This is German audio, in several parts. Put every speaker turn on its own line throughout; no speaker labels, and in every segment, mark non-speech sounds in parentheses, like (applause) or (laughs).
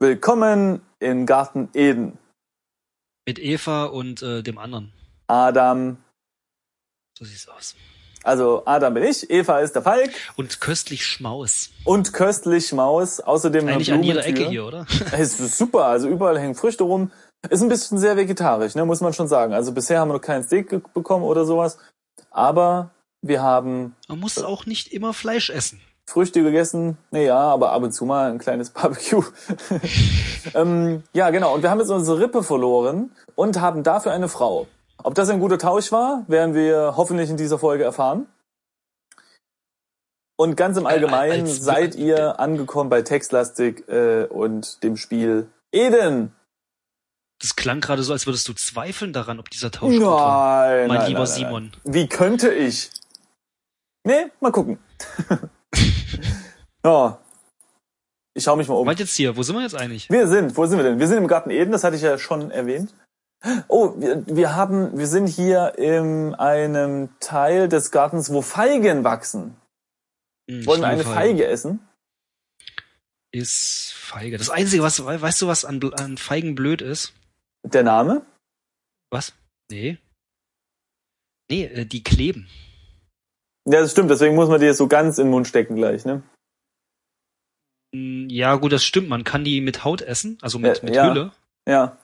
Willkommen im Garten Eden.
Mit Eva und äh, dem anderen.
Adam,
So sieht's aus.
also Adam bin ich, Eva ist der Falk
Und köstlich Schmaus.
und köstlich Maus. Außerdem eine
Eigentlich an jeder
Blumentür.
Ecke hier, oder?
Es ist super, also überall hängen Früchte rum. Ist ein bisschen sehr vegetarisch, ne, muss man schon sagen. Also bisher haben wir noch keinen Steak ge- bekommen oder sowas. Aber wir haben
Man muss auch nicht immer Fleisch essen.
Früchte gegessen, naja, aber ab und zu mal ein kleines (laughs) Barbecue. ähm, ja, genau. Und wir haben jetzt unsere Rippe verloren und haben dafür eine Frau. Ob das ein guter Tausch war, werden wir hoffentlich in dieser Folge erfahren. Und ganz im Allgemeinen
Äh, als-
seid ihr angekommen bei Textlastik äh, und dem Spiel Eden.
Das klang gerade so, als würdest du zweifeln daran, ob dieser Tausch
Nein,
gut war.
nein,
Oh, Mein
nein,
lieber
nein,
Simon.
Nein. Wie könnte ich? Nee, mal gucken. (laughs) ja. Ich schau mich mal um.
Was jetzt hier? Wo sind wir jetzt eigentlich?
Wir sind, wo sind wir denn? Wir sind im Garten Eden, das hatte ich ja schon erwähnt. Oh, wir, wir haben, wir sind hier in einem Teil des Gartens, wo Feigen wachsen.
Hm,
Wollen wir
ich
eine
liebe
Feige essen?
Ist feige. Das Einzige, was, we- weißt du, was an, bl- an Feigen blöd ist?
Der Name?
Was? Nee. Nee, äh, die kleben.
Ja, das stimmt, deswegen muss man die jetzt so ganz in den Mund stecken gleich, ne?
Hm, Ja, gut, das stimmt. Man kann die mit Haut essen, also mit,
Äh,
mit
ja.
Hülle.
Ja.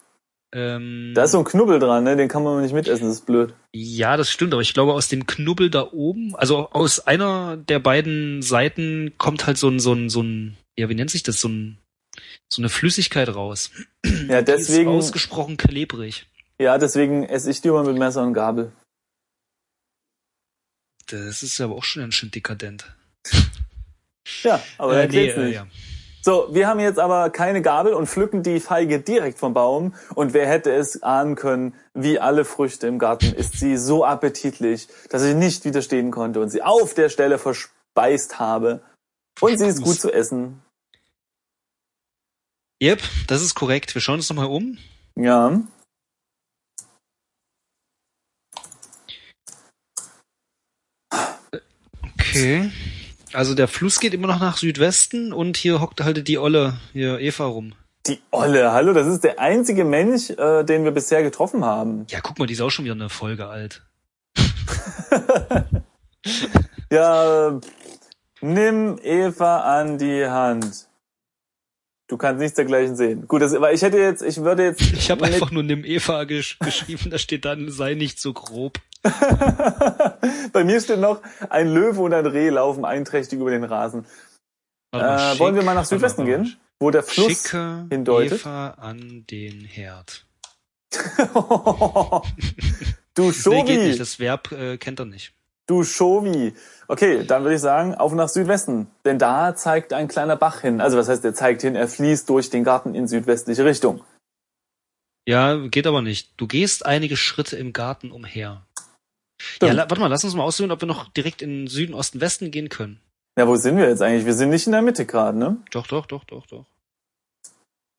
Ähm,
Da ist so ein Knubbel dran, ne? Den kann man nicht mitessen, das ist blöd.
Ja, das stimmt, aber ich glaube, aus dem Knubbel da oben, also aus einer der beiden Seiten kommt halt so ein, so ein, so ein, ja, wie nennt sich das, so ein, so eine Flüssigkeit raus.
Ja, deswegen-
Die ist ausgesprochen klebrig.
Ja, deswegen esse ich die immer mit Messer und Gabel.
Das ist aber auch schon ganz schön dekadent.
Ja, aber
Äh,
dann geht's
äh,
nicht.
ja.
So, wir haben jetzt aber keine Gabel und pflücken die Feige direkt vom Baum. Und wer hätte es ahnen können, wie alle Früchte im Garten ist sie so appetitlich, dass ich nicht widerstehen konnte und sie auf der Stelle verspeist habe. Und sie ist gut zu essen.
Yep, das ist korrekt. Wir schauen uns nochmal um.
Ja.
Okay. Also der Fluss geht immer noch nach Südwesten und hier hockt halt die Olle, hier Eva rum.
Die Olle, hallo, das ist der einzige Mensch, äh, den wir bisher getroffen haben.
Ja, guck mal, die ist auch schon wieder eine Folge alt.
Ja, pff, nimm Eva an die Hand. Du kannst nichts dergleichen sehen. Gut, das, aber ich hätte jetzt, ich würde jetzt.
Ich habe
mit-
einfach nur Nim Eva gesch geschrieben, da steht dann, sei nicht so grob.
(laughs) Bei mir steht noch, ein Löwe und ein Reh laufen einträchtig über den Rasen.
Warte mal,
Äh,
schick-
wollen wir mal nach
warte
Südwesten
warte mal.
gehen, wo der Fluss...
Schicke
hindeutet.
Eva an den Herd.
(laughs) du
Nee, geht nicht,
Schovi,
das Verb äh, kennt er nicht.
du Schovi. Okay, dann würde ich sagen, auf nach Südwesten. Denn da zeigt ein kleiner Bach hin. Also was heißt, er zeigt hin, er fließt durch den Garten in südwestliche Richtung.
Ja, geht aber nicht. Du gehst einige Schritte im Garten umher. Ja,
Stimmt.
la- warte mal, lass uns mal aussuchen, ob wir noch direkt in Süden, Osten, Westen gehen können.
Na, wo sind wir jetzt eigentlich? Wir sind nicht in der Mitte gerade, ne?
Doch, doch, doch, doch, doch.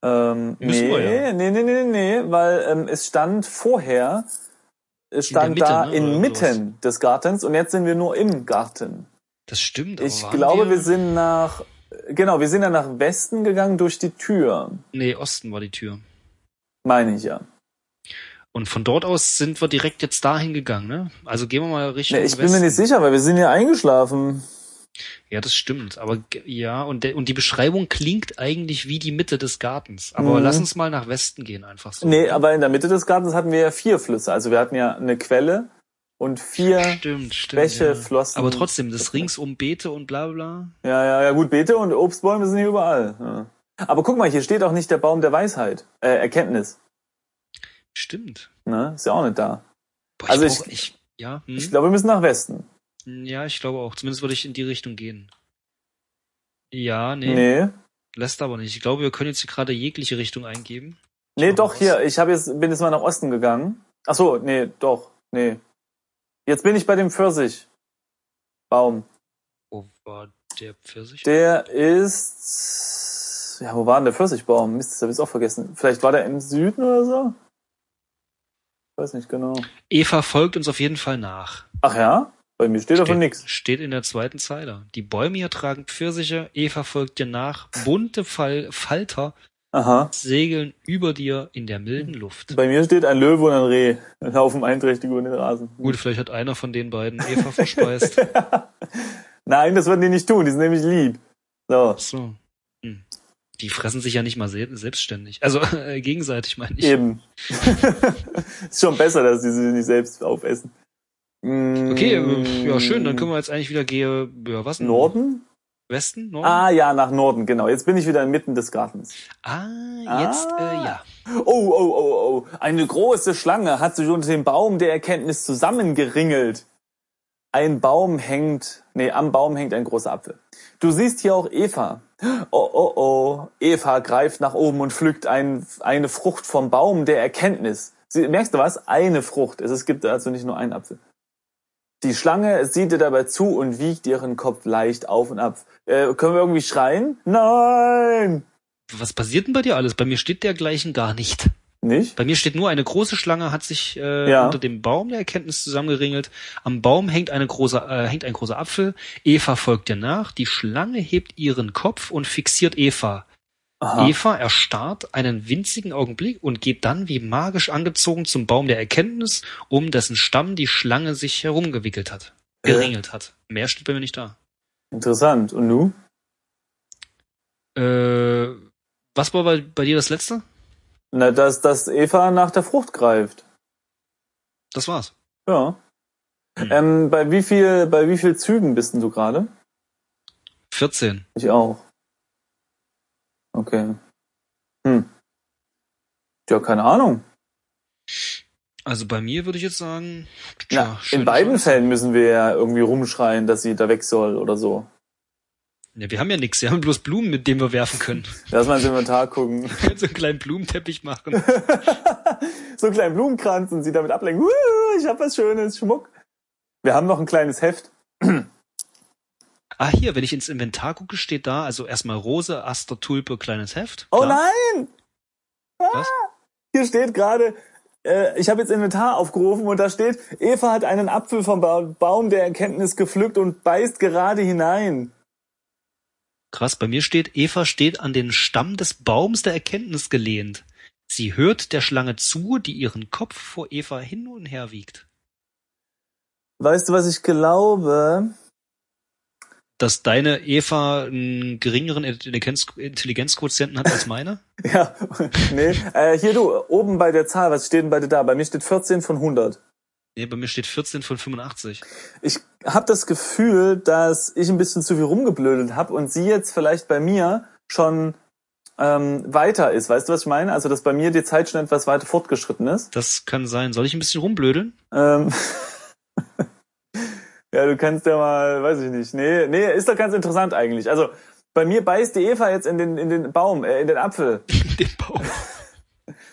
Ähm,
Müssen
nee,
wir ja.
nee, nee, nee, nee, weil ähm, es stand vorher, es
In der
stand
Mitte,
da
ne, oder
inmitten des Gartens und jetzt sind wir nur im Garten.
Das stimmt. aber
Ich
waren
glaube, wir sind nach, genau, wir sind ja nach Westen gegangen durch die Tür,
Nee, Osten war die Tür.
meine ich ja.
Und von dort aus sind wir direkt jetzt dahin gegangen, ne? Also gehen wir mal Richtung
Nee, ich bin
Westen.
mir nicht sicher, weil wir sind ja eingeschlafen.
Ja, das stimmt. Aber ge- ja, und, der, und die Beschreibung klingt eigentlich wie die Mitte des Gartens. Aber
Mhm.
lass uns mal nach Westen gehen, einfach so.
Nee, aber in der Mitte des Gartens hatten wir ja vier Flüsse. Also wir hatten ja eine Quelle und vier
stimmt, stimmt.
Bäche
ja.
flossen.
Aber trotzdem, das ringsum Beete und bla bla.
Ja, ja, ja, gut, Beete und Obstbäume sind hier überall. Ja. Aber guck mal, hier steht auch nicht der Baum der Weisheit, äh, Erkenntnis.
Stimmt.
Ne? Ist ja auch nicht da.
Boah,
Also ich-
brauch, ich ja, hm?
Ich glaube, wir müssen nach Westen.
ja, ich glaube auch. Zumindest würde ich in die Richtung gehen. Ja, nee,
Nee.
lässt aber nicht. Ich glaube, wir können jetzt hier gerade jegliche Richtung eingeben.
Nee,
Schau mal
doch,
was.
hier. Ich hab jetzt, bin jetzt mal nach Osten gegangen. Ach so, nee, doch, nee. Jetzt bin ich bei dem Pfirsichbaum.
Wo Oh, war der Pfirsich?
Der ist. Ja, wo war denn der Pfirsichbaum? Mist, das habe ich auch vergessen. Vielleicht war der im Süden oder so? Ich weiß nicht genau.
Eva folgt uns auf jeden Fall nach.
Ach ja? Bei mir steht davon nichts.
steht in der zweiten Zeile. Die Bäume hier tragen Pfirsiche, Eva folgt dir nach, bunte Fall, Falter
Aha.
segeln über dir in der milden Luft.
Bei mir steht ein Löwe und ein Reh. Laufen einträchtig über den Rasen.
Gut, vielleicht hat einer von den beiden Eva verspeist.
(laughs) Nein, das würden die nicht tun. Die sind nämlich lieb. So,
Ach So. Hm. Die fressen sich ja nicht mal se- selbstständig. Also (laughs) äh, gegenseitig meine ich.
eben. (laughs) ist schon besser, dass die sich nicht selbst aufessen. Mm.
Okay, äh, ja schön, dann können wir jetzt eigentlich wieder gehen, ja was? denn?
Norden?
Westen? Norden?
Ah ja, nach Norden, genau. Jetzt bin ich wieder inmitten des Gartens.
Ah, jetzt,
Ah.
äh, ja.
Oh, oh, oh, oh. Eine große Schlange hat sich unter dem Baum der Erkenntnis zusammengeringelt. Ein Baum hängt, nee, am Baum hängt ein großer Apfel. Du siehst hier auch Eva. Oh, oh, oh. Eva greift nach oben und pflückt ein, eine Frucht vom Baum der Erkenntnis. Sie, merkst du was? Eine Frucht. Es, es gibt also nicht nur einen Apfel. Die Schlange sieht dir dabei zu und wiegt ihren Kopf leicht auf und ab. Äh, können wir irgendwie schreien? Nein!
Was passiert denn bei dir alles? Bei mir steht dergleichen gar nicht.
Nicht?
Bei mir steht nur, eine große Schlange hat sich äh,
Ja.
unter dem Baum der Erkenntnis zusammengeringelt. Am Baum hängt, eine große, äh, hängt ein großer Apfel. Eva folgt ihr nach. Die Schlange hebt ihren Kopf und fixiert Eva.
Aha.
Eva erstarrt einen winzigen Augenblick und geht dann wie magisch angezogen zum Baum der Erkenntnis, um dessen Stamm die Schlange sich herumgewickelt hat.
Äh.
Geringelt hat. Mehr steht bei mir nicht da.
Interessant. Und du?
Äh, was war bei, bei dir das letzte?
Na, dass, dass Eva nach der Frucht greift.
Das war's.
Ja.
Hm.
Ähm, bei wie viel, bei wie viel Zügen bist denn du gerade?
14.
Ich auch. Okay. Hm. Ja, keine Ahnung.
Also bei mir würde ich jetzt sagen,
Na,
tja,
in
schöne
beiden
Chance.
Fällen müssen wir ja irgendwie rumschreien, dass sie da weg soll oder so.
Ja, wir haben ja nichts, wir haben bloß Blumen, mit denen wir werfen können. (laughs)
Lass mal ins Inventar gucken.
Wir können so einen kleinen Blumenteppich machen.
so einen kleinen Blumenkranz und sie damit ablenken. Wuhu, Ich hab was Schönes, Schmuck. Wir haben noch ein kleines Heft.
Ah, hier, wenn ich ins Inventar gucke, steht da also erstmal Rose, Aster, Tulpe, kleines Heft.
Oh
Klar.
nein! Ah!
Was?
Hier steht gerade, äh, ich habe jetzt Inventar aufgerufen und da steht, Eva hat einen Apfel vom Ba- Baum der Erkenntnis gepflückt und beißt gerade hinein.
Krass, bei mir steht, Eva steht an den Stamm des Baums der Erkenntnis gelehnt. Sie hört der Schlange zu, die ihren Kopf vor Eva hin und her wiegt.
Weißt du, was ich glaube? (laughs)
Dass deine Eva einen geringeren Intelligenz Intelligenzquotienten hat als (laughs) meine?
Ja, (laughs) nee. Äh, hier du, oben bei der Zahl, was steht denn bei dir da? Bei mir steht 14 von 100.
Nee, bei mir steht 14 von 85.
Ich habe das Gefühl, dass ich ein bisschen zu viel rumgeblödelt habe und sie jetzt vielleicht bei mir schon ähm, weiter ist. Weißt du, was ich meine? Also, dass bei mir die Zeit schon etwas weiter fortgeschritten ist.
Das kann sein. Soll ich ein bisschen rumblödeln?
Ähm. (laughs) ja, du kannst ja mal, weiß ich nicht. Nee, nee, ist doch ganz interessant eigentlich. Also, bei mir beißt die Eva jetzt in den, in den Baum, äh, in den Apfel.
Den Baum.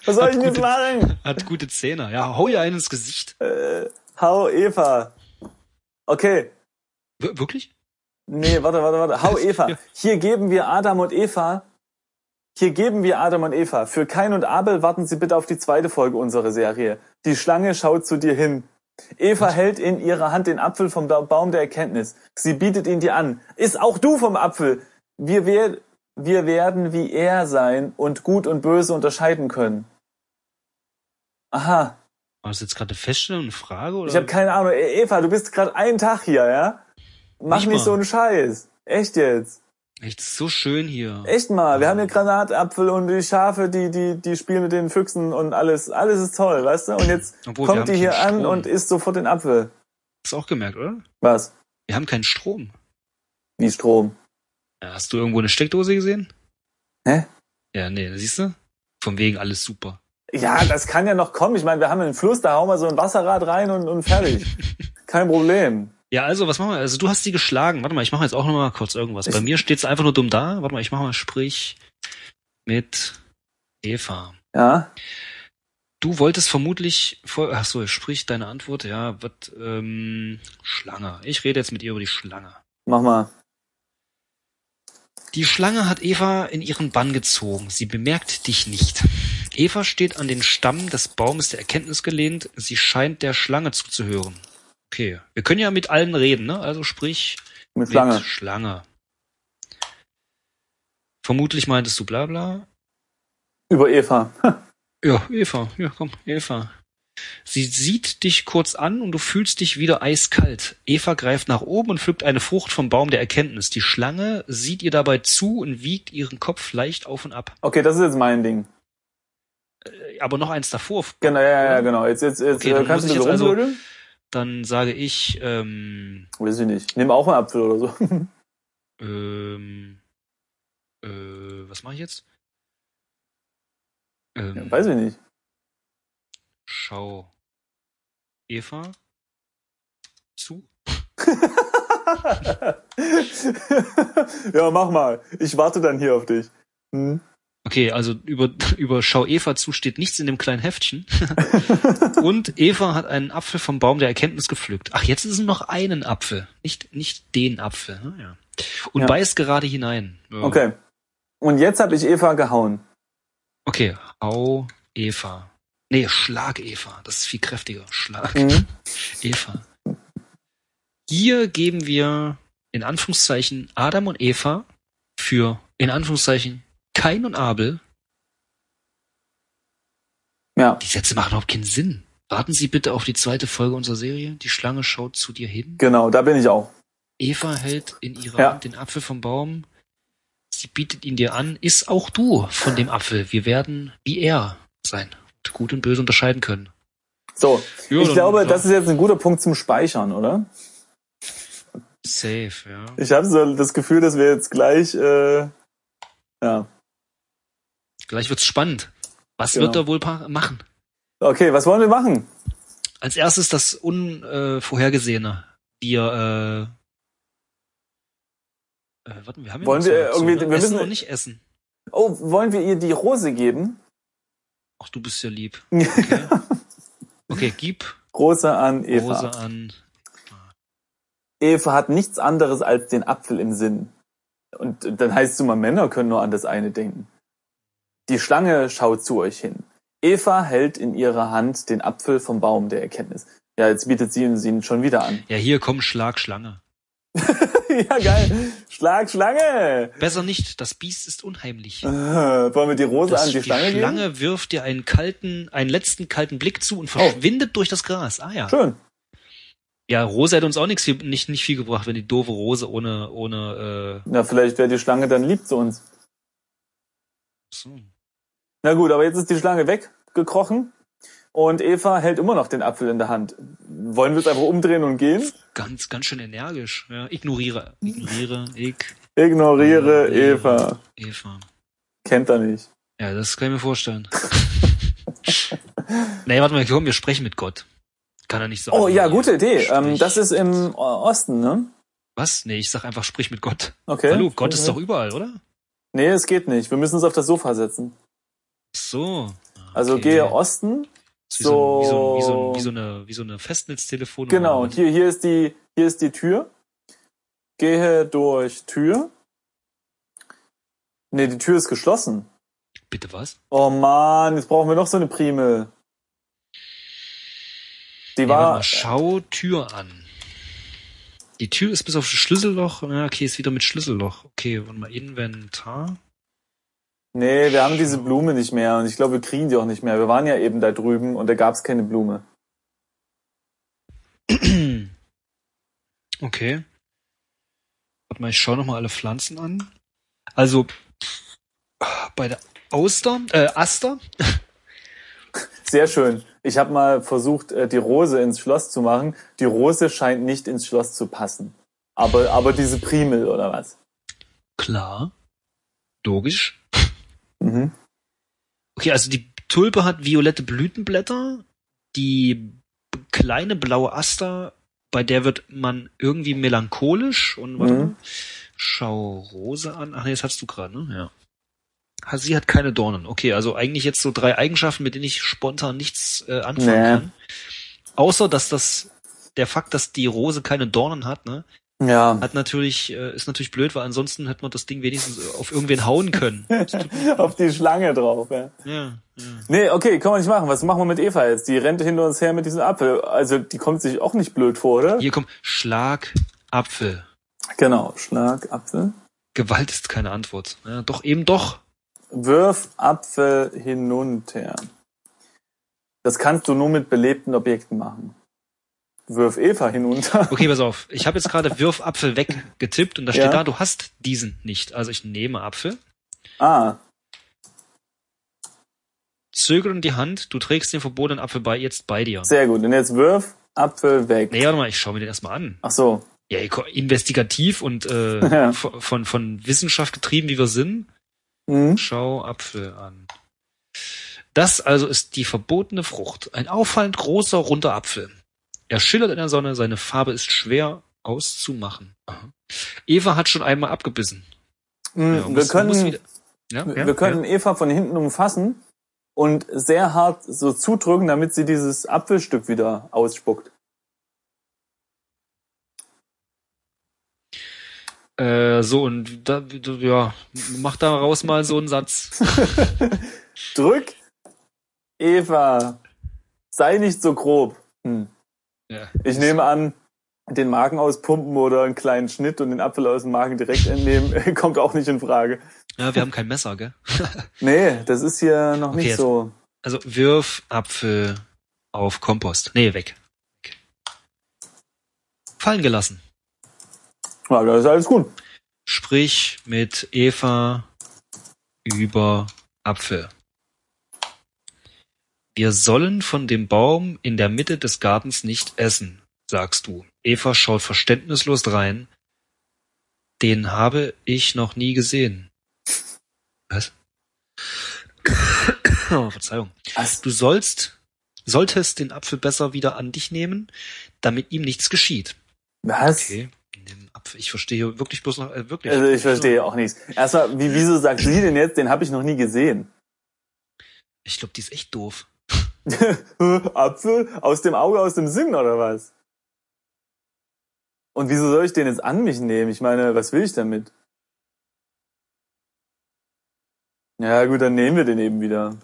Was soll ich denn jetzt machen?
Hat gute Zähne. Ja, hau ihr einen ins Gesicht.
Äh, hau Eva. Okay.
Wir- wirklich?
Nee, warte, warte, warte.
(laughs)
Hau Eva. Hier geben wir Adam und Eva. Hier geben wir Adam und Eva. Für Kain und Abel warten Sie bitte auf die zweite Folge unserer Serie. Die Schlange schaut zu dir hin. Eva hält in ihrer Hand den Apfel vom Ba- Baum der Erkenntnis. Sie bietet ihn dir an. Ist auch du vom Apfel. Wir, wer wir werden wie er sein und gut und böse unterscheiden können. Aha.
War das jetzt gerade eine Feststellung, eine Frage? Oder?
Ich habe keine Ahnung. E- Eva, du bist gerade einen Tag hier, ja? Mach
Nicht
nicht
mal.
so einen Scheiß. Echt jetzt.
Echt das ist so schön hier.
Echt mal, wir haben hier Granatapfel und die Schafe, die, die, die spielen mit den Füchsen und alles. Alles ist toll, weißt du? Und jetzt
Obwohl, wir haben
kommt die hier
keinen
an
Strom.
und isst sofort den Apfel.
Hast du auch gemerkt, oder?
Was?
Wir haben keinen Strom.
Wie Strom.
Ja, hast du irgendwo eine Steckdose gesehen?
Hä?
Ja, nee, siehst du? Von wegen alles super.
Ja, das kann ja noch kommen. Ich meine, wir haben einen Fluss, da hauen wir so ein Wasserrad rein und, und
(laughs)
fertig. Kein Problem.
Ja, also, was machen wir? Also, du hast sie geschlagen. Warte mal, ich mache jetzt auch noch mal kurz irgendwas. Bei
Ich-
mir steht es einfach nur dumm da. Warte mal, ich mache mal Sprich mit Eva.
Ja,
Du wolltest vermutlich, voll, ach so, sprich deine Antwort, ja, wird, ähm, Schlange. Ich rede jetzt mit ihr über die Schlange.
mach mal.
Die Schlange hat Eva in ihren Bann gezogen. Sie bemerkt dich nicht. Eva steht an den Stamm des Baumes der Erkenntnis gelehnt. Sie scheint der Schlange zuzuhören. Okay. Wir können ja mit allen reden, ne? Also sprich
Mit Schlange.
mit Schlange. Vermutlich meintest du bla bla.
Über Eva.
Ja, Eva, ja, komm, Eva. Sie sieht dich kurz an und du fühlst dich wieder eiskalt. Eva greift nach oben und pflückt eine Frucht vom Baum der Erkenntnis. Die Schlange sieht ihr dabei zu und wiegt ihren Kopf leicht auf und ab.
Okay, das ist jetzt mein Ding.
Äh, Aber noch eins davor.
Genau, ja, ja, genau. Jetzt, jetzt, jetzt
Okay,
äh,
dann
kannst du
muss
mir
ich
so
jetzt also-
rumwürdeln?
Dann sage ich, ähm,
Weiß ich nicht. Nimm auch einen Apfel oder so.
ähm, äh, was mache ich jetzt? Ähm,
Ja, (laughs) weiß ich nicht.
Schau Eva zu.
ja, mach mal. Ich warte dann hier auf dich. Hm?
Okay, also über, (laughs) über Schau Eva zu steht nichts in dem kleinen
(laughs)
Heftchen. Und Eva hat einen Apfel vom Baum der Erkenntnis gepflückt. Ach, jetzt ist es noch einen Apfel, nicht, nicht den Apfel. Ah, ja. Und
Ja.
beißt gerade hinein. Ja.
Okay. Und jetzt habe ich Eva gehauen.
Okay, hau Eva. Nee, Schlag Eva. Das ist viel kräftiger. Schlag
Hm?
Eva. Hier geben wir in Anführungszeichen Adam und Eva für in Anführungszeichen Kain und Abel
Ja.
Die Sätze machen überhaupt keinen Sinn. Warten Sie bitte auf die zweite Folge unserer Serie. Die Schlange schaut zu dir hin.
Genau, da bin ich auch.
Eva hält in ihrer
Ja.
Hand den Apfel vom Baum. Sie bietet ihn dir an. Iss auch du von dem Apfel. Wir werden wie er sein. Und Gut und böse unterscheiden können.
So,
Ja,
ich
dann-
glaube,
ja.
das ist jetzt ein guter Punkt zum Speichern, oder?
Safe, ja.
Ich habe so das Gefühl, dass wir jetzt gleich, äh, ja.
Gleich wird's spannend. Was
Genau.
wird er wohl pa- machen?
Okay, was wollen wir machen?
Als erstes das Unvorhergesehene. Äh, Vorhergesehene. wir, äh, äh, warten, wir haben ja
Wollen
noch
wir
Sachen dazu,
irgendwie-
ne?
wir
essen
müssen-
und nicht essen.
Oh, wollen wir ihr die Rose geben? (laughs)
Ach, du bist ja lieb. Okay, okay gib
Rose an Eva.
Rose an.
Eva hat nichts anderes als den Apfel im Sinn. Und dann heißt es immer, Männer können nur an das eine denken. Die Schlange schaut zu euch hin. Eva hält in ihrer Hand den Apfel vom Baum der Erkenntnis. Ja, jetzt bietet sie sie ihn schon wieder an.
Ja, hier komm, Schlag, Schlange.
(laughs) ja, geil. Schlag, Schlange!
Besser nicht, das Biest ist unheimlich.
Äh, wollen wir die Rose
Das,
an die, Schlange, geben?
wirft dir einen kalten, einen letzten kalten Blick zu und verschwindet
Oh.
durch das Gras. Ah ja.
Schön.
Ja, Rose hätte uns auch nichts viel, nicht, nicht viel gebracht, wenn die doofe Rose ohne, ohne, äh,
Na, vielleicht wäre die Schlange dann lieb zu uns.
äh, so.
Na gut, aber jetzt ist die Schlange weggekrochen. Und Eva hält immer noch den Apfel in der Hand. Wollen wir es einfach umdrehen und gehen?
ganz, ganz schön energisch. Ja, ignoriere, ignoriere, ik,
Ignoriere Eva.
Eva.
Kennt er nicht.
Ja, das kann ich mir
(laughs)
vorstellen. nee, warte mal, komm, wir sprechen mit Gott. Kann er nicht sagen.
Oh ja, gute Idee.
Sprich.
Ähm, das ist im O- Osten, ne?
Was? Nee, ich sag einfach, sprich mit Gott.
Okay.
Hallo, Gott ist doch überall, oder?
Nee, es geht nicht. Wir müssen uns auf das Sofa setzen.
So. Ah,
Also
Okay.
gehe Osten.
Ist wie so. Wie so, wie so,
so-
wie so eine, wie so eine Festnetztelefon.
Genau. Hier, hier ist die, hier ist die Tür. Gehe durch Tür. Nee, die Tür ist geschlossen.
Bitte was?
Oh man, jetzt brauchen wir noch so eine Primel. Die
Nee, warte
war,
mal, schau Tür an. Die Tür ist bis auf das Schlüsselloch. Ja, okay, ist wieder mit Schlüsselloch. Okay, warte mal, Inventar. (clears throat)
nee, wir haben diese Blume nicht mehr und ich glaube, wir kriegen die auch nicht mehr. Wir waren ja eben da drüben und da gab's keine Blume.
Okay. Warte mal, ich schaue nochmal alle Pflanzen an. Also, bei der Auster, äh, Aster,
Sehr schön. Ich habe mal versucht, äh, die Rose ins Schloss zu machen. Die Rose scheint nicht ins Schloss zu passen. Aber, aber diese Primel oder was?
klar. Logisch.
Mhm.
Okay, also die Tulpe hat violette Blütenblätter. Die b- kleine blaue Aster, bei der wird man irgendwie melancholisch und warte
Mhm.
mal, schau Rose an. Ach nee, das hast du gerade, ne? Ja. Ha, Sie hat keine Dornen. Okay, also eigentlich jetzt so drei Eigenschaften, mit denen ich spontan nichts äh, anfangen
Nee.
kann. Außer dass das der Fakt, dass die Rose keine Dornen hat, ne,
Ja.
hat natürlich äh, ist natürlich blöd, weil ansonsten hätte man das Ding wenigstens auf irgendwen hauen können.
Auf die Schlange drauf, ja.
Ja, ja.
Nee, okay, kann man nicht machen. Was machen wir mit Eva jetzt? Die rennt hinter uns her mit diesem Apfel. Also, die kommt sich auch nicht blöd vor, oder?
Hier kommt Schlag Apfel.
Genau. Schlag, Apfel.
Gewalt ist keine Antwort. Ja, doch, eben doch.
Wirf Apfel hinunter. Das kannst du nur mit belebten Objekten machen. Wirf Eva hinunter. (laughs)
Okay, pass auf. Ich habe jetzt gerade Wirf Apfel weg getippt und da steht
Ja.
da, du hast diesen nicht. Also ich nehme Apfel,
Ah,
zögere die Hand, du trägst den verbotenen Apfel bei jetzt bei dir.
sehr gut. Und jetzt wirf Apfel weg.
Nee, warte mal, ich schaue mir den erstmal an.
Ach so.
Ja, ich- investigativ und äh,
(laughs) Ja.
von, von, von Wissenschaft getrieben, wie wir sind.
Hm.
Schau Apfel an. Das also ist die verbotene Frucht. Ein auffallend großer, runder Apfel. Er schillert in der Sonne, seine Farbe ist schwer auszumachen. Aha. Eva hat schon einmal abgebissen.
Hm,
Ja,
wir
muss-
können,
muss wieder- ja, ja,
wir können
ja.
Eva von hinten umfassen und sehr hart so zudrücken, damit sie dieses Apfelstück wieder ausspuckt.
Äh, so, und da, ja, mach daraus mal so einen Satz.
Drück Eva. Sei nicht so grob. Hm.
Ja.
Ich nehme an, den Magen auspumpen oder einen kleinen Schnitt und den Apfel aus dem Magen direkt entnehmen, (laughs) kommt auch nicht in Frage.
ja, wir haben kein Messer, gell?
Nee, das ist hier noch
Okay,
nicht
jetzt-
so.
Also wirf Apfel auf Kompost. Nee, weg. Fallen gelassen.
Ja, da ist alles gut.
Sprich mit Eva über Apfel. Wir sollen von dem Baum in der Mitte des Gartens nicht essen, sagst du. Eva schaut verständnislos rein. Den habe ich noch nie gesehen. Was? (coughs) Oh, Verzeihung.
Hast
Du sollst, solltest den Apfel besser wieder an dich nehmen, damit ihm nichts geschieht.
was?
Okay. Nimm Apfel. Ich verstehe wirklich bloß noch, äh, wirklich.
Also ich verstehe auch nichts. Erstmal, wie, wieso sagt sie denn jetzt, den habe ich noch nie gesehen?
Ich glaube, die ist echt doof.
(laughs) Apfel aus dem Auge, aus dem Sinn oder was? Und wieso soll ich den jetzt an mich nehmen? Ich meine, was will ich damit? Ja gut, dann nehmen wir den eben wieder.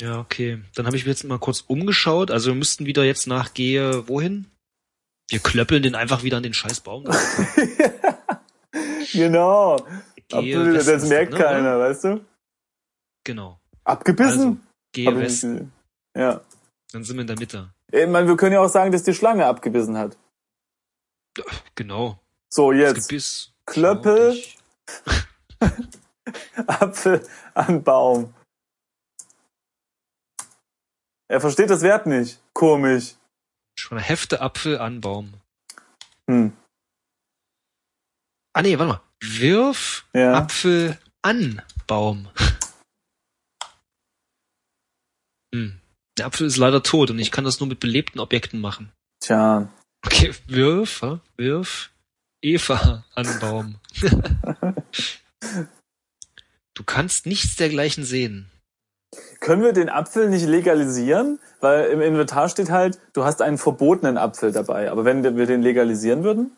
Ja, okay. Dann habe ich mir jetzt mal kurz umgeschaut. Also wir müssten wieder jetzt nach Gehe wohin? Wir klöppeln den einfach wieder an den
(laughs)
scheiß Baum.
genau. Apfel, das,
Westen ist
merkt
ne, oder?
keiner, weißt du?
Genau.
Abgebissen?
Gehe
Hab ich nicht
Westen.
gesehen. ja.
Dann sind wir in der Mitte.
Ich meine, wir können ja auch sagen, dass die Schlange abgebissen hat.
Genau.
So,
Das
jetzt.
Gebiss.
Klöppel.
Schau dich.
(laughs) Apfel an Baum. Er versteht das Wert nicht. Komisch.
Schon Hefte Apfel an Baum.
Hm.
Ah nee, warte mal. Wirf
Ja.
Apfel an Baum. Hm. Der Apfel ist leider tot und ich kann das nur mit belebten Objekten machen.
Tja.
Okay, wirf, hä? wirf Eva an den Baum. du kannst nichts dergleichen sehen.
Können wir den Apfel nicht legalisieren? Weil im Inventar steht halt, du hast einen verbotenen Apfel dabei. Aber wenn wir den legalisieren würden?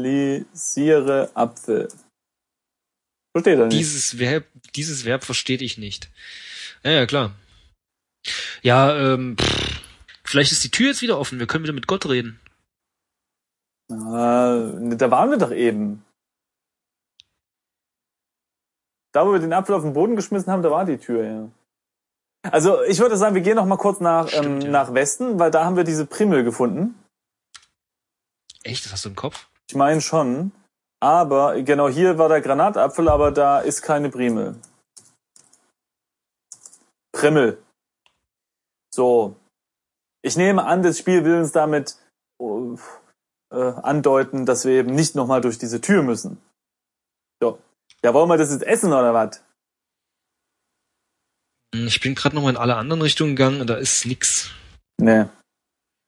Legalisiere Apfel. Versteht er nicht.
Dieses Verb, dieses Verb versteht ich nicht. Ja, ja, klar. Ja, ähm, pff, vielleicht ist die Tür jetzt wieder offen. Wir können wieder mit Gott reden.
Ah, da waren wir doch eben. Da, wo wir den Apfel auf den Boden geschmissen haben, da war die Tür, ja. Also ich würde sagen, wir gehen noch mal kurz nach, ähm,
Stimmt, ja.
nach Westen, weil da haben wir diese Primel gefunden.
Echt, das hast du im Kopf?
Ich meine schon. Aber genau hier war der Granatapfel, aber da ist keine Primel. Primmel. So. Ich nehme an, das Spiel will uns damit oh, äh, andeuten, dass wir eben nicht nochmal durch diese Tür müssen. So. Ja, wollen wir das jetzt essen oder was?
Hm, Ich bin gerade nochmal in alle anderen Richtungen gegangen und da ist nix.
Nee.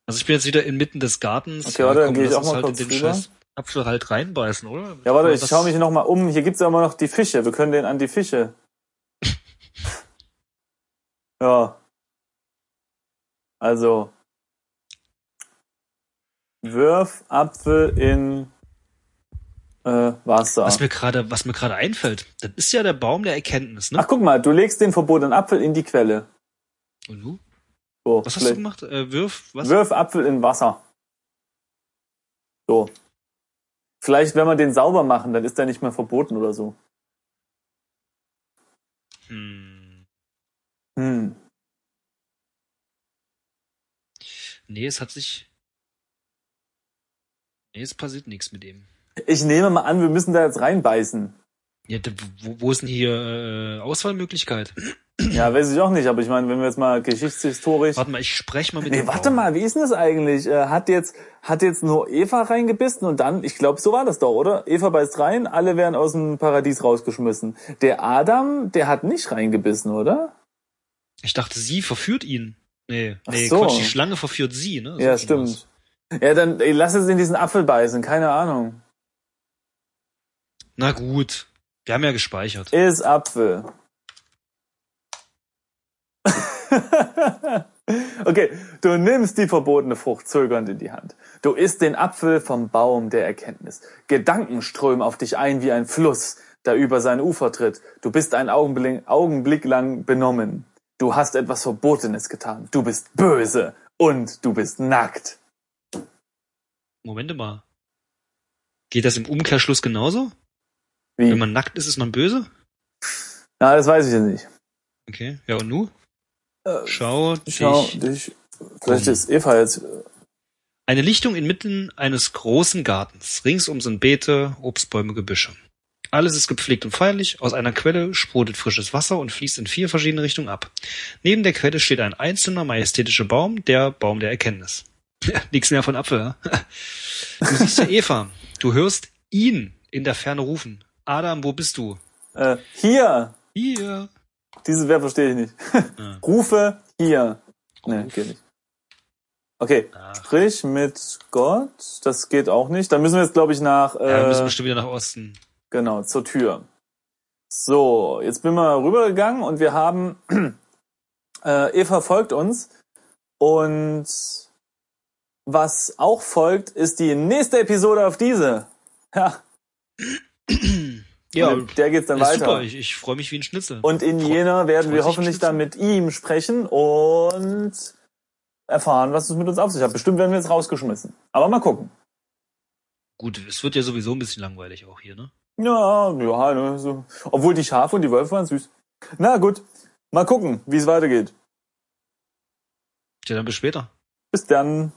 Also ich bin jetzt wieder inmitten des Gartens.
Okay, warte, dann
komm,
geh ich
lass
auch
uns
mal
halt
kurz
in den
rüber.
scheiß Apfel halt reinbeißen, oder?
Ja, warte, ich
Das-
schaue mich nochmal um. Hier gibt's ja immer noch die Fische. Wir können den an die
(laughs)
Fische. ja. Also. Wirf Apfel in äh, Wasser.
Was mir gerade, was mir gerade einfällt, das ist ja der Baum der Erkenntnis, ne?
Ach, guck mal, du legst den verbotenen Apfel in die Quelle.
Und du?
So,
Was hast du
vielleicht-
gemacht? Äh, wirf, was?
Wirf Apfel in Wasser. So. Vielleicht, wenn wir den sauber machen, dann ist der nicht mehr verboten oder so.
Hm.
Hm.
Nee, es hat sich. Nee, es passiert nichts mit ihm.
Ich nehme mal an, wir müssen da jetzt reinbeißen.
Ja, d- wo, wo ist denn hier äh, Auswahlmöglichkeit?
Hm? Ja, weiß ich auch nicht, aber ich meine, wenn wir jetzt mal geschichtshistorisch.
Warte mal, ich spreche mal mit
Nee,
dem
warte
Baum.
mal, wie ist denn das eigentlich? Äh, Hat jetzt, hat jetzt nur Eva reingebissen und dann, ich glaube, so war das doch, oder? Eva beißt rein, alle werden aus dem Paradies rausgeschmissen. Der Adam, der hat nicht reingebissen, oder?
Ich dachte, sie verführt ihn. Nee,
Ach
nee,
so.
Quatsch, die Schlange verführt sie, ne?
ja,
So was.
stimmt. Ja, dann ey, lass es in diesen Apfel beißen, keine Ahnung.
Na gut. Wir haben ja gespeichert.
Ist Apfel. (laughs) okay, du nimmst die verbotene Frucht zögernd in die Hand. Du isst den Apfel vom Baum der Erkenntnis. Gedanken strömen auf dich ein wie ein Fluss, der über sein Ufer tritt. Du bist einen Augenblick, Augenblick lang benommen. Du hast etwas Verbotenes getan. Du bist böse und du bist nackt.
Moment mal. Geht das im Umkehrschluss genauso?
Wie?
Wenn man nackt ist, ist man böse?
Na, das weiß ich jetzt nicht.
Okay. Ja, und nu?
Äh,
Schau,
Schau
dich.
dich. Vielleicht ist Eva jetzt.
Eine Lichtung inmitten eines großen Gartens. Ringsum sind Beete, Obstbäume, Gebüsche. Alles ist gepflegt und feierlich. Aus einer Quelle sprudelt frisches Wasser und fließt in vier verschiedene Richtungen ab. Neben der Quelle steht ein einzelner majestätischer Baum, der Baum der Erkenntnis. Nix mehr von Apfel.
(laughs)
ja? Du siehst ja Eva. Du hörst ihn in der Ferne rufen. Adam, wo bist du?
Äh, hier!
Hier. Ah,
Dieses Verb verstehe ich nicht.
Ja.
Rufe hier. Nee, geht nicht. Okay,
Ach,
sprich mit Gott. Das geht auch nicht. Dann müssen wir jetzt, glaube ich, nach,
ja, wir müssen
äh,
bestimmt wieder
(clears throat)
nach Osten.
genau, zur Tür. So, jetzt bin mal rübergegangen und wir haben, (clears throat) äh, Eva folgt uns und was auch folgt, ist die nächste Episode auf diese. Ja,
ja,
und der geht's dann
ist
weiter.
super. Ich, ich freue mich wie ein Schnitzel.
Und in jener werden wir
Freut sich
hoffentlich
Schnitzel.
dann mit ihm sprechen und erfahren, was es mit uns auf sich hat. Bestimmt werden wir jetzt rausgeschmissen. Aber mal gucken.
Gut, es wird ja sowieso ein bisschen langweilig auch hier, ne?
Ja, ja, ne, so. Obwohl die Schafe und die Wölfe waren süß. Na gut, mal gucken, wie es weitergeht.
Tja, dann bis später.
Bis dann.